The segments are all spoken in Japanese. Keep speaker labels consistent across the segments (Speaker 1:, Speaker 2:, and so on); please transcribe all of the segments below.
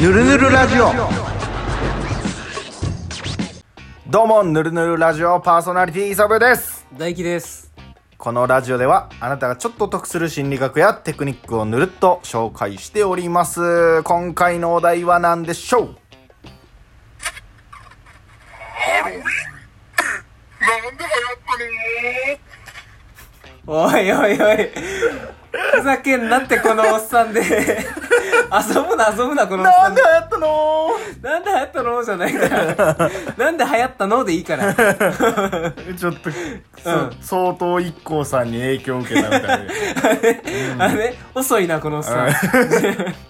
Speaker 1: ぬるぬるラジオ
Speaker 2: どうも、ぬるぬるラジオパーソナリティイサブです。
Speaker 3: 大輝です
Speaker 2: このラジオでは、あなたがちょっと得する心理学やテクニックをぬるっと紹介しております。今回のお題は何でしょう
Speaker 3: おいおいおいふざけんなってこのおっさんで遊ぶな遊ぶなこのおっさんで
Speaker 2: やったの
Speaker 3: なんで流行ったのじゃないからなんで流行ったのでいいから
Speaker 2: ちょっと、
Speaker 3: ん
Speaker 2: そ相当一光さんに影響を受けたみたいで。
Speaker 3: あれ遅いなこのおっさん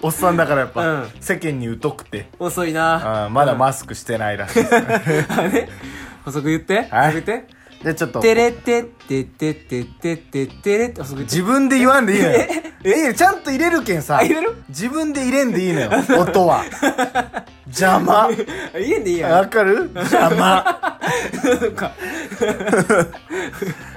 Speaker 2: おっさんだからやっぱ、
Speaker 3: うん
Speaker 2: 世間に疎くて、
Speaker 3: 遅い
Speaker 2: あ
Speaker 3: な
Speaker 2: ーまだマスクしてないらしいです。
Speaker 3: あれ補足言って
Speaker 2: はい
Speaker 3: 補足言って
Speaker 2: で、ちょっと、
Speaker 3: てれってってってってってってってれって補足言って
Speaker 2: 自分で言わんでいいの よ。え、ちゃんと入れるけんさ。
Speaker 3: あ入れる
Speaker 2: 自分で入れんでいい のよ。音は。邪魔。
Speaker 3: あ言えんでいいや
Speaker 2: わかる邪魔。
Speaker 3: んそっか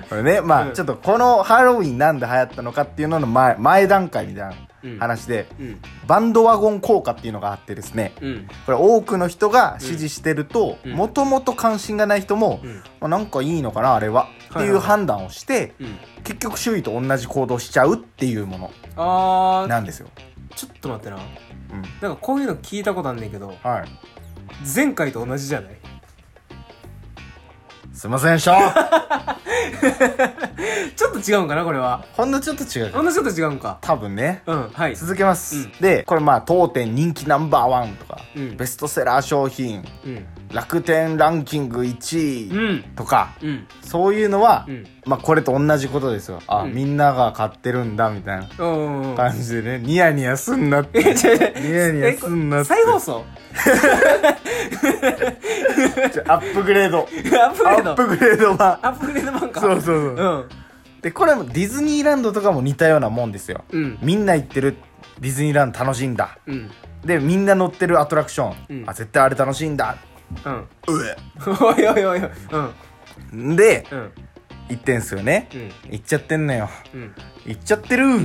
Speaker 2: これね、まあ、ちょっとこのハロウィンなんで流行ったのかっていうのの前、前段階みたいな話で、
Speaker 3: うん
Speaker 2: バンドワゴン効果っていうのがあってですね、
Speaker 3: うん
Speaker 2: これ多くの人が支持してると
Speaker 3: うん
Speaker 2: もともと関心がない人も、
Speaker 3: うん
Speaker 2: まあ、なんかいいのかなあれはっていう判断をして、
Speaker 3: うん
Speaker 2: 結局周囲と同じ行動しちゃうっていうもの
Speaker 3: あー
Speaker 2: なんですよ。
Speaker 3: ちょっと待ってな
Speaker 2: うん
Speaker 3: なんかこういうの聞いたことあんねんけど
Speaker 2: はい、
Speaker 3: 前回と同じじゃない
Speaker 2: すいませんでした。
Speaker 3: ちょっと違うんかなこれは
Speaker 2: ほんのちょっと違うか
Speaker 3: ほんのちょっと違うんか
Speaker 2: 多分ね。
Speaker 3: うんはい
Speaker 2: 続けます。
Speaker 3: うん
Speaker 2: で、これまあ当店人気ナンバーワンとか、
Speaker 3: うん
Speaker 2: ベストセラー商品、
Speaker 3: うん
Speaker 2: 楽天ランキング
Speaker 3: う
Speaker 2: 1位
Speaker 3: ん
Speaker 2: とか、
Speaker 3: うん
Speaker 2: そういうのは、
Speaker 3: うん
Speaker 2: まあこれと同じことですよ。あ、
Speaker 3: うん
Speaker 2: みんなが買ってるんだみたいな
Speaker 3: うん
Speaker 2: 感じでね、ニヤニヤすんなっ
Speaker 3: え
Speaker 2: て。
Speaker 3: 違う違う
Speaker 2: ニヤニヤすんな
Speaker 3: え
Speaker 2: って。
Speaker 3: 再放送
Speaker 2: ちょアップグレード。
Speaker 3: アップグ
Speaker 2: ア
Speaker 3: レード
Speaker 2: ップグレードは。
Speaker 3: アップグレード版か
Speaker 2: そうそうそう。
Speaker 3: うん
Speaker 2: で、これもディズニーランドとかも似たようなもんですよ。
Speaker 3: うん
Speaker 2: みんな行ってるディズニーランド楽しいんだ。
Speaker 3: うん
Speaker 2: で、みんな乗ってるアトラクション。
Speaker 3: うん
Speaker 2: あ、絶対あれ楽しいんだ。
Speaker 3: うん
Speaker 2: う
Speaker 3: おいおいおいおいうん
Speaker 2: え。で、
Speaker 3: うん
Speaker 2: 行ってんすよね
Speaker 3: う。ん
Speaker 2: 行っちゃってんのよ。
Speaker 3: うん
Speaker 2: 行っちゃってる。
Speaker 3: おいおい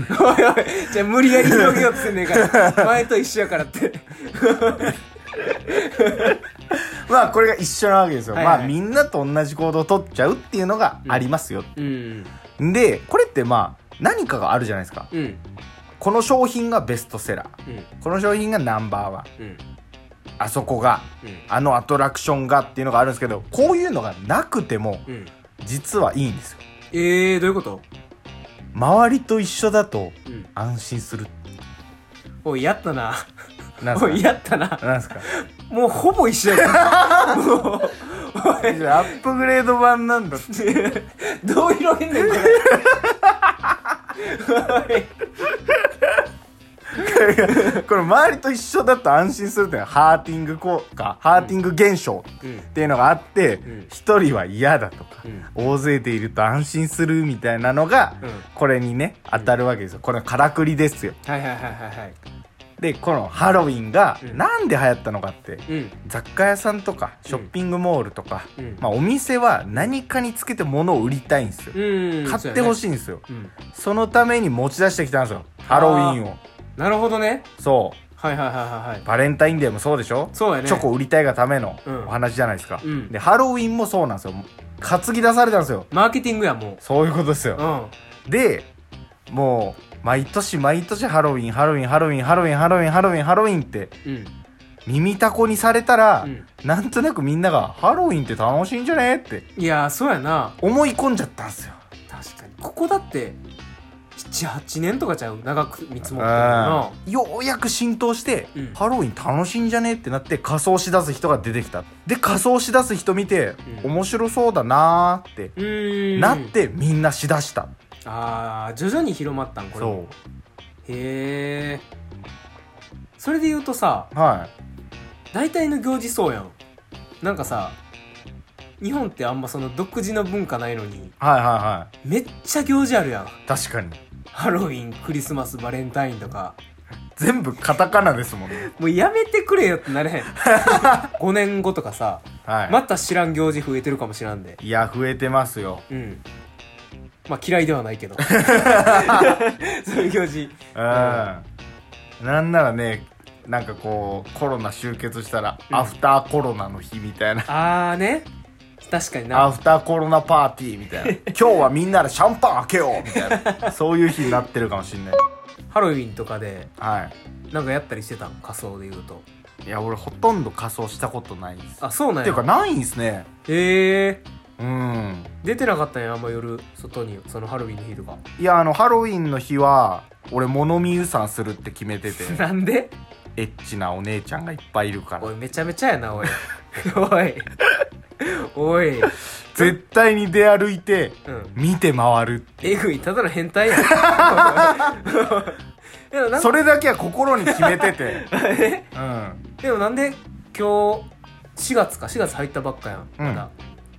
Speaker 3: じゃあ無理やり広げようとしてんね んから前と一緒やからって
Speaker 2: まあ、これが一緒なわけですよ。
Speaker 3: はいはい
Speaker 2: まあ、みんなと同じ行動を取っちゃうっていうのがありますよ。
Speaker 3: うん
Speaker 2: で、これってまあ、何かがあるじゃないですか。
Speaker 3: うん
Speaker 2: この商品がベストセラー。
Speaker 3: うん
Speaker 2: この商品がナンバーワン。
Speaker 3: うん
Speaker 2: あそこが、
Speaker 3: うん
Speaker 2: あのアトラクションがっていうのがあるんですけど、こういうのがなくても、
Speaker 3: うん
Speaker 2: 実はいいんですよ。
Speaker 3: えー、どういうこと
Speaker 2: 周りと一緒だと
Speaker 3: うん
Speaker 2: 安心する。
Speaker 3: おいやったな
Speaker 2: なん
Speaker 3: おい
Speaker 2: す
Speaker 3: やったな
Speaker 2: かなんすか
Speaker 3: もうほぼ一緒やから。もう、お
Speaker 2: ア
Speaker 3: い、
Speaker 2: ップグレード版なんだって。
Speaker 3: どう広げん ねん、これ。
Speaker 2: これ周りと一緒だと安心するっていうのはハーティング効果、ハーティング現象
Speaker 3: うん
Speaker 2: っていうのがあって
Speaker 3: ん、
Speaker 2: 一、人は嫌だとか、
Speaker 3: うん
Speaker 2: 大勢でいると安心するみたいなのが、
Speaker 3: うん
Speaker 2: これにね、当たるわけですよ。これからくりですよ。
Speaker 3: はいはいはいはいはい。
Speaker 2: で、このハロウィンが
Speaker 3: うん
Speaker 2: なんで流行ったのかって、
Speaker 3: うん。
Speaker 2: 雑貨屋さんとかショッピングモールとか、
Speaker 3: うん
Speaker 2: まあ、お店は何かにつけて物を売りたいんですよ、
Speaker 3: うん。
Speaker 2: 買ってほ
Speaker 3: い。
Speaker 2: しいんですよ
Speaker 3: うん。
Speaker 2: そのために持ち出してきたんですよハロウィンを
Speaker 3: なるほどね。
Speaker 2: そ。
Speaker 3: はいはいはいはいはいう
Speaker 2: バレンタインデーもそうでしょ
Speaker 3: そうやね
Speaker 2: チョコ売りたいがための
Speaker 3: うん
Speaker 2: お話じゃないですか、
Speaker 3: うん
Speaker 2: でハロウィンもそうなんですよ担ぎ出されたんですよ
Speaker 3: マーケティングや、も
Speaker 2: そういうことですよ
Speaker 3: う。う、ん。
Speaker 2: でもう毎年毎年ハロウィンハロウィンハロウィンハロウィンハロウィンハロウィンハロウィンって
Speaker 3: うん。
Speaker 2: 耳たこにされたら、
Speaker 3: うん
Speaker 2: なんとなくみんながハロウィンって楽しいんじゃねって
Speaker 3: いやー、そうやな。
Speaker 2: 思い込んじゃったんすよ。
Speaker 3: 確かに。ここだって、7、8年とかちゃう長く見積もってるの
Speaker 2: うんようやく浸透して、
Speaker 3: うん
Speaker 2: ハロウィン楽しいんじゃねってなって仮装しだす人が出てきた。で、仮装しだす人見て、
Speaker 3: うん
Speaker 2: 面白そうだなーって、
Speaker 3: うーん。
Speaker 2: なっ。てみんなしだした。
Speaker 3: あー、徐々に広まったん、これ。
Speaker 2: そ
Speaker 3: へえ。それで言うとさ、
Speaker 2: う。は
Speaker 3: 大体の行事そうやんなんかさ日本ってあんまその独自の文化ないのに
Speaker 2: い。はいはいは
Speaker 3: めっちゃ行事あるやん
Speaker 2: い。確かに。
Speaker 3: ハロウィンクリスマスバレンタインとか
Speaker 2: 全部カタカナですもんね。
Speaker 3: もうやめてくれよってなれへん 5年後とかさ
Speaker 2: はい。
Speaker 3: また知らん行事増えてるかもしらんで
Speaker 2: いや、増えてますよ。
Speaker 3: うんまあ嫌いではな いけどそういう行事
Speaker 2: うん。なんならね、なんかこうコロナ終結したら、アフターコロナの日みたいな
Speaker 3: あーね確かに
Speaker 2: ア
Speaker 3: な
Speaker 2: フターコロナパーティーみ たいな今日はみんなでシャンパン開けようみたいなそういう日になってるかもしんない
Speaker 3: ハロウィンとかで
Speaker 2: は
Speaker 3: なんかやったりしてたの仮装で言うと
Speaker 2: いいや俺ほとんど仮装したことないですっ
Speaker 3: あそうなんや
Speaker 2: ていうかないんすね
Speaker 3: へえ
Speaker 2: うん
Speaker 3: 出てなかったんやあんま夜外にそのハロウィンの日とか
Speaker 2: いやあのハロウィンの日は俺物見遊散するって決めて て
Speaker 3: なんで
Speaker 2: エッチなお姉ちゃんがいっぱいいるから
Speaker 3: おいめちゃめちゃやなおい おいおい
Speaker 2: 絶対に出歩いて
Speaker 3: うん
Speaker 2: 見て回るって
Speaker 3: えぐいただの変態やん いやなんか
Speaker 2: それだけは心に決めて てうん
Speaker 3: でもなんで今日4月か4月入ったばっかやんまだ、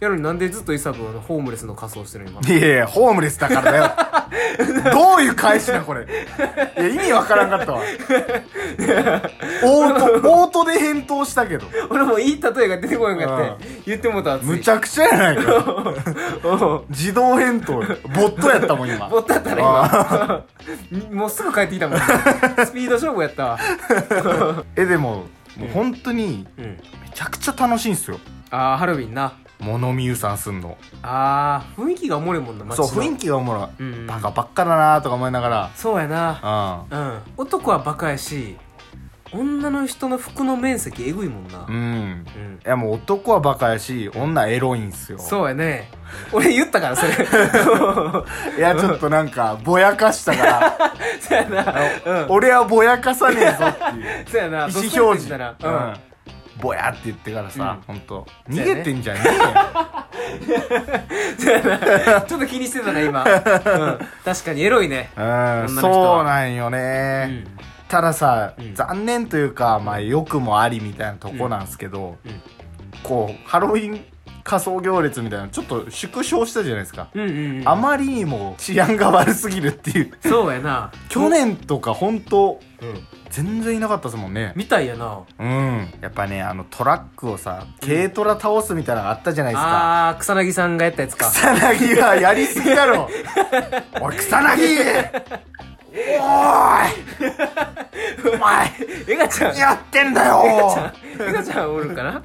Speaker 3: やのになんでずっとイサブはホームレスの仮装してるの今
Speaker 2: いやいやホームレスだからだよどういう返しだこれいや意味わからんかったわオートオートで返答したけど
Speaker 3: 俺もういい例えが出てこへんかって言ってもうたわつい
Speaker 2: むちゃくちゃやないか
Speaker 3: おう
Speaker 2: 自動返答ボットやったもん今
Speaker 3: ぼったったら今 もうすぐ帰ってきたもんスピード勝負やったわ
Speaker 2: えでももう本当に
Speaker 3: うん
Speaker 2: めちゃくちゃ楽しいんすよ
Speaker 3: ああハロウィンな
Speaker 2: 物見遊散すんの
Speaker 3: あー雰囲気がおもろいもんな街
Speaker 2: そう
Speaker 3: の
Speaker 2: 雰囲気がおもろい、
Speaker 3: うん
Speaker 2: バカばっかだなとか思いなが
Speaker 3: そうやな
Speaker 2: らうん
Speaker 3: うん男はバカやし女の人の服の面積えぐいもんな
Speaker 2: うん。
Speaker 3: うん
Speaker 2: いやもう男はバカやし、女エロいんすよ。
Speaker 3: そうやね俺言ったからそれ
Speaker 2: いや、ちょっとなんか、ぼやかしたか
Speaker 3: そうやな
Speaker 2: ら、
Speaker 3: うん
Speaker 2: 俺はぼやかさねえぞって いう。
Speaker 3: そうやな
Speaker 2: 意思表示。
Speaker 3: どっちかって言っ
Speaker 2: う
Speaker 3: たら
Speaker 2: ん。ぼやって言ってからさ、ほんと、
Speaker 3: そ
Speaker 2: 逃
Speaker 3: うやね
Speaker 2: げてんじゃね え
Speaker 3: うんそうやなちょっと気にしてたね今、 うん、確かにエロいね
Speaker 2: よ。うん、
Speaker 3: 女の人は
Speaker 2: そうなんよ
Speaker 3: う
Speaker 2: ね。
Speaker 3: ん
Speaker 2: たださ
Speaker 3: うん、
Speaker 2: 残念というか、まあ、良くもありみたいなとこなんすけど
Speaker 3: うんうん、
Speaker 2: こう、ハロウィン仮装行列みたいなのちょっと縮小したじゃないですか。
Speaker 3: うんうん、うん、
Speaker 2: あまりにも治安が悪すぎるっていう。
Speaker 3: そうやな
Speaker 2: 去、年とか本当
Speaker 3: うん、
Speaker 2: 全然いなかったですもんね
Speaker 3: みたいやな
Speaker 2: うんやっぱねあのトラックをさ軽トラ倒すみたいなのがあったじゃないですか、
Speaker 3: あー草薙さんがやった やつか
Speaker 2: 草薙はやりすぎだろおい草薙おーいお前
Speaker 3: エガちゃん
Speaker 2: 何やってんだよ
Speaker 3: エガちゃんおるんかな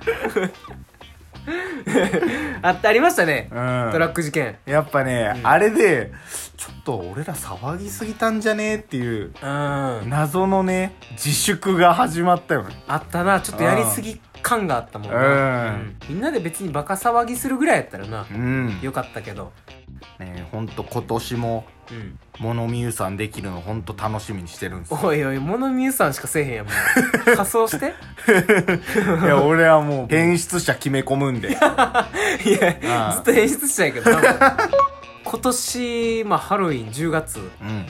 Speaker 3: あってありましたね、
Speaker 2: うん
Speaker 3: トラック事件
Speaker 2: やっぱね、あれでちょっと俺ら騒ぎすぎたんじゃねえっていう
Speaker 3: うんあ
Speaker 2: 謎のね自粛が始まったよね
Speaker 3: ったなちょっとやりすぎ感があったもん
Speaker 2: う
Speaker 3: な、
Speaker 2: ん
Speaker 3: みんなで別にバカ騒ぎするぐらいやったらな
Speaker 2: うん
Speaker 3: よかったけど
Speaker 2: ねほんと今年も
Speaker 3: うん
Speaker 2: モノミユさんできるのほんと楽しみにしてるんですよ
Speaker 3: おいおい物見ゆさんしかせえへんやんも う仮装して
Speaker 2: いや俺はもう変質者決め込むんで
Speaker 3: い
Speaker 2: あ
Speaker 3: や
Speaker 2: あ
Speaker 3: ずっと演出しちゃうけどな今年、まあ、ハロウィン10月
Speaker 2: うん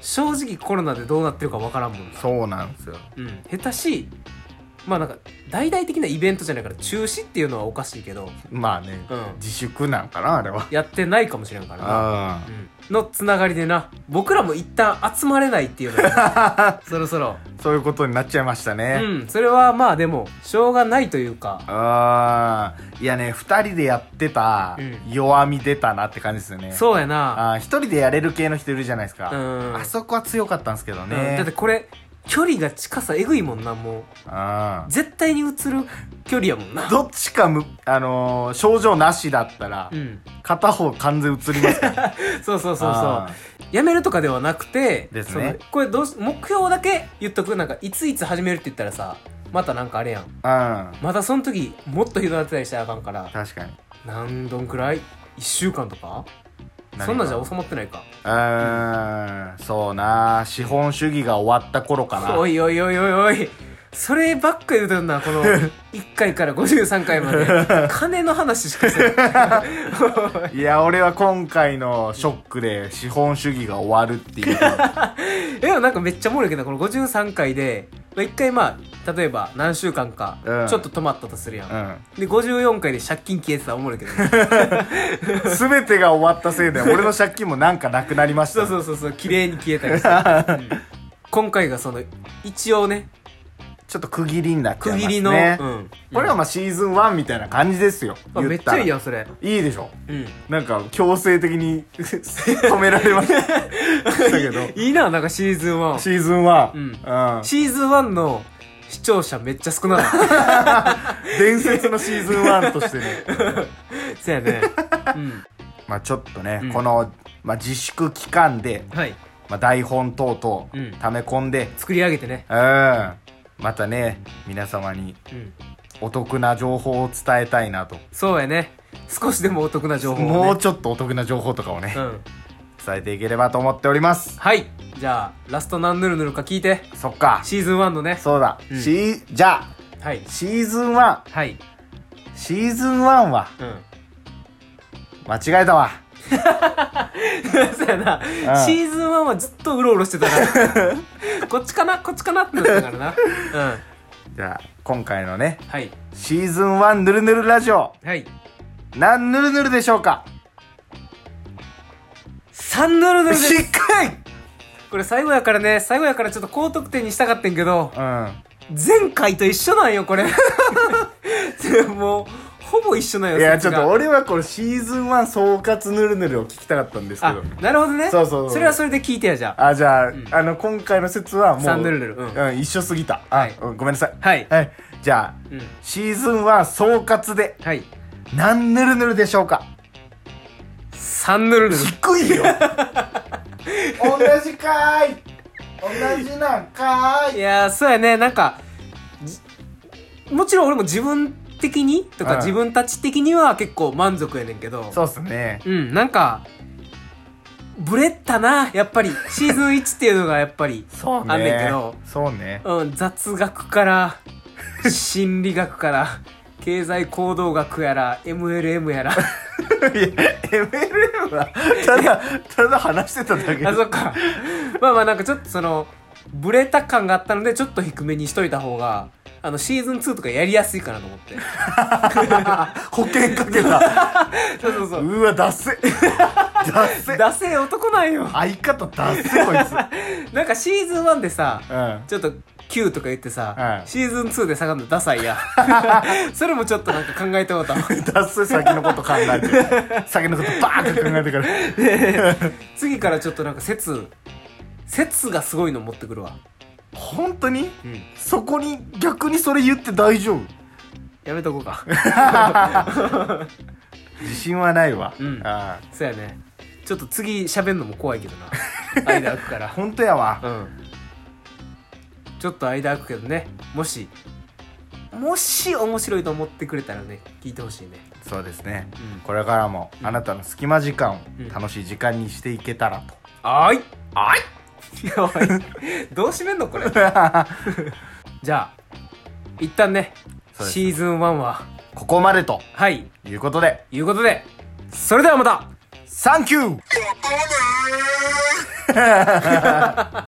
Speaker 3: 正直コロナでどうなってるかわからんもんな
Speaker 2: そうなんですよ
Speaker 3: うん、下手しいまあなんか大々的なイベントじゃないから中止っていうのはおかしいけど、
Speaker 2: まあね、
Speaker 3: うん
Speaker 2: 自粛なんかなあれは
Speaker 3: やってないかもしれんからな、
Speaker 2: あ
Speaker 3: うん、のつながりでな僕らも一旦集まれないっていうの がそろそろ
Speaker 2: あそういうことになっちゃいました
Speaker 3: う
Speaker 2: ね、
Speaker 3: んそれはまあでもしょうがないというか
Speaker 2: ああいやね2人でやってた
Speaker 3: うん
Speaker 2: 弱み出たなって感じですよね、
Speaker 3: そうやな
Speaker 2: あ1人でやれる系の人いるじゃないですか、
Speaker 3: うん
Speaker 2: あそこは強かったんですけど
Speaker 3: うん
Speaker 2: ね、
Speaker 3: だってこれ距離が近さえぐいもんなもう
Speaker 2: ああ
Speaker 3: 絶対に映る距離やもんな
Speaker 2: どっちかむ、あのー症状なしだったら、
Speaker 3: うん
Speaker 2: 片方完全映りますから、ね、
Speaker 3: そう そうそうそ
Speaker 2: あ
Speaker 3: うやめるとかではなくて
Speaker 2: ですね
Speaker 3: そのこれどうし目標だけ言っとくなんかいついつ始めるって言ったらさまたなんかあれや
Speaker 2: う
Speaker 3: ん
Speaker 2: ん
Speaker 3: またその時もっとひどなってたりしたらあかんから
Speaker 2: 確かに
Speaker 3: 何どんくらい1週間とかそんなんじゃ収まってないか
Speaker 2: うーんそうな資本主義が終わった頃かな
Speaker 3: おいおいおいおいおいそればっか言うてるな この1回から53回まで金の話しかせん
Speaker 2: いや俺は今回のショックで資本主義が終わるっていう
Speaker 3: でもなんかめっちゃおもろいけどこの53回で1回まあ例えば何週間か
Speaker 2: うん
Speaker 3: ちょっと止まったとするやん、
Speaker 2: うん
Speaker 3: で54回で借金消えてたらおもろいけど、ね、
Speaker 2: 全てが終わった せいで俺の借金もなんかなくなりました
Speaker 3: そうそうそうそう綺麗に消えたりして、 うん今回がその一応ね
Speaker 2: ちょっと区切りになっちゃい
Speaker 3: 区
Speaker 2: ますね
Speaker 3: 切りの、うん、
Speaker 2: これはまあシーズン1みたいな感じですよ
Speaker 3: あめ
Speaker 2: 言
Speaker 3: っち
Speaker 2: た
Speaker 3: ゃ
Speaker 2: ら
Speaker 3: いいやんそれ
Speaker 2: いいでしょ
Speaker 3: うん
Speaker 2: なんか強制的に 止められましただけど
Speaker 3: いいななんかシーズン1
Speaker 2: シーズン1、
Speaker 3: うん
Speaker 2: うん
Speaker 3: シーズン1の視聴者めっちゃ少ないな
Speaker 2: 伝説のシーズン1としてね
Speaker 3: そうやねうん
Speaker 2: まあちょっとね、
Speaker 3: うん
Speaker 2: この、まあ、自粛期間で、
Speaker 3: はい
Speaker 2: まあ、台本等々
Speaker 3: うん
Speaker 2: 溜め込んで
Speaker 3: 作り上げてね
Speaker 2: うん、またね皆様に
Speaker 3: うん
Speaker 2: お得な情報を伝えたいなと、
Speaker 3: そうやね少しでもお得な情報をね
Speaker 2: もうちょっとお得な情報とかをね、
Speaker 3: うん
Speaker 2: 伝えていければと思っております
Speaker 3: はいじゃあラスト何ぬるぬるか聞いて
Speaker 2: そっか
Speaker 3: シーズン1のね
Speaker 2: そうだ、
Speaker 3: うん
Speaker 2: しじゃあ
Speaker 3: はい
Speaker 2: シーズン1
Speaker 3: はい
Speaker 2: シーズン1は
Speaker 3: うん
Speaker 2: 間違えたわ
Speaker 3: そうやなシーズン1はずっとうろうろしてたから こっちかなこっちかなってなったからなうん
Speaker 2: じゃあ今回のね
Speaker 3: はい
Speaker 2: シーズン1ぬるぬるラジオ
Speaker 3: はい
Speaker 2: なんぬるぬるでしょうか
Speaker 3: 3ぬるぬるで す
Speaker 2: しっかい
Speaker 3: これ最後やからね最後やからちょっと高得点にしたかってんけど
Speaker 2: うん
Speaker 3: 前回と一緒なんよこれ もうほぼ一緒なんよ
Speaker 2: いやち
Speaker 3: そ
Speaker 2: ょっ
Speaker 3: ちが
Speaker 2: と俺はこれシーズン1総括ぬるぬるを聞きたかったんですけ
Speaker 3: あ
Speaker 2: ど
Speaker 3: なるほどね
Speaker 2: そうそうそう
Speaker 3: れはそれで聞いてやじゃあ
Speaker 2: あじゃあ、
Speaker 3: ん
Speaker 2: あの今回の説はもう
Speaker 3: 三ヌルヌルう
Speaker 2: うんん一緒すぎた
Speaker 3: は
Speaker 2: あ
Speaker 3: い、
Speaker 2: うんごめんなさい
Speaker 3: はい
Speaker 2: はいじゃあ
Speaker 3: うん
Speaker 2: シーズン1総括で
Speaker 3: はい
Speaker 2: 何ぬるぬるでしょうか
Speaker 3: 3ぬるぬる
Speaker 2: 低いよ 同じかーい同じなんかー
Speaker 3: い
Speaker 2: い
Speaker 3: やーそうやねなんかじもちろん俺も自分的にと
Speaker 2: う
Speaker 3: か
Speaker 2: ん
Speaker 3: 自分たち的には結構満足やねんけど
Speaker 2: そうっすね
Speaker 3: うんなんかブレったなやっぱりシーズン1っていうのがやっぱり
Speaker 2: そう
Speaker 3: あんねんけど
Speaker 2: そうね
Speaker 3: うん、雑学から心理学から経済行動学やら MLM やら
Speaker 2: いや MLM はただただ話してただけ
Speaker 3: あそっかまあまあなんかちょっとそのブレた感があったのでちょっと低めにしといた方があのシーズン2とかやりやすいかなと思って
Speaker 2: 保険かけた
Speaker 3: そうそうそう
Speaker 2: うわダッセダッセ
Speaker 3: ダセえ男なんよ
Speaker 2: 相方ダッセこいつ
Speaker 3: なんかシーズン1でさ
Speaker 2: うん
Speaker 3: ちょっと Q とか言ってさ、
Speaker 2: うん
Speaker 3: シーズン2で下がるのダサいや それもちょっとなんか考えてもうた
Speaker 2: ダッセ先のこと考えて先のことバーって考えてから
Speaker 3: 次からちょっとなんか説説がすごいの持ってくるわ
Speaker 2: 本当に
Speaker 3: うん
Speaker 2: そこに逆にそれ言って大丈夫
Speaker 3: やめとこう か
Speaker 2: 自信はないわ、
Speaker 3: うん
Speaker 2: あ
Speaker 3: そうやねちょっと次喋んのも怖いけどな 間空くか
Speaker 2: あ
Speaker 3: ら
Speaker 2: 本当やわ、
Speaker 3: うんちょっと間空くけどねもしもし面白いと思ってくれたらね聞いてほしいね
Speaker 2: そうですね
Speaker 3: うん
Speaker 2: これからも
Speaker 3: うん
Speaker 2: あなたの隙間時間を
Speaker 3: うん
Speaker 2: 楽しい時間にしていけたらと、
Speaker 3: あい
Speaker 2: あい
Speaker 3: やばいどう締めんのこれじゃあ一旦ね
Speaker 2: そうです
Speaker 3: シーズン1は
Speaker 2: ここまでと
Speaker 3: はい
Speaker 2: いうことで
Speaker 3: いうことでそれではまた
Speaker 2: サンキュー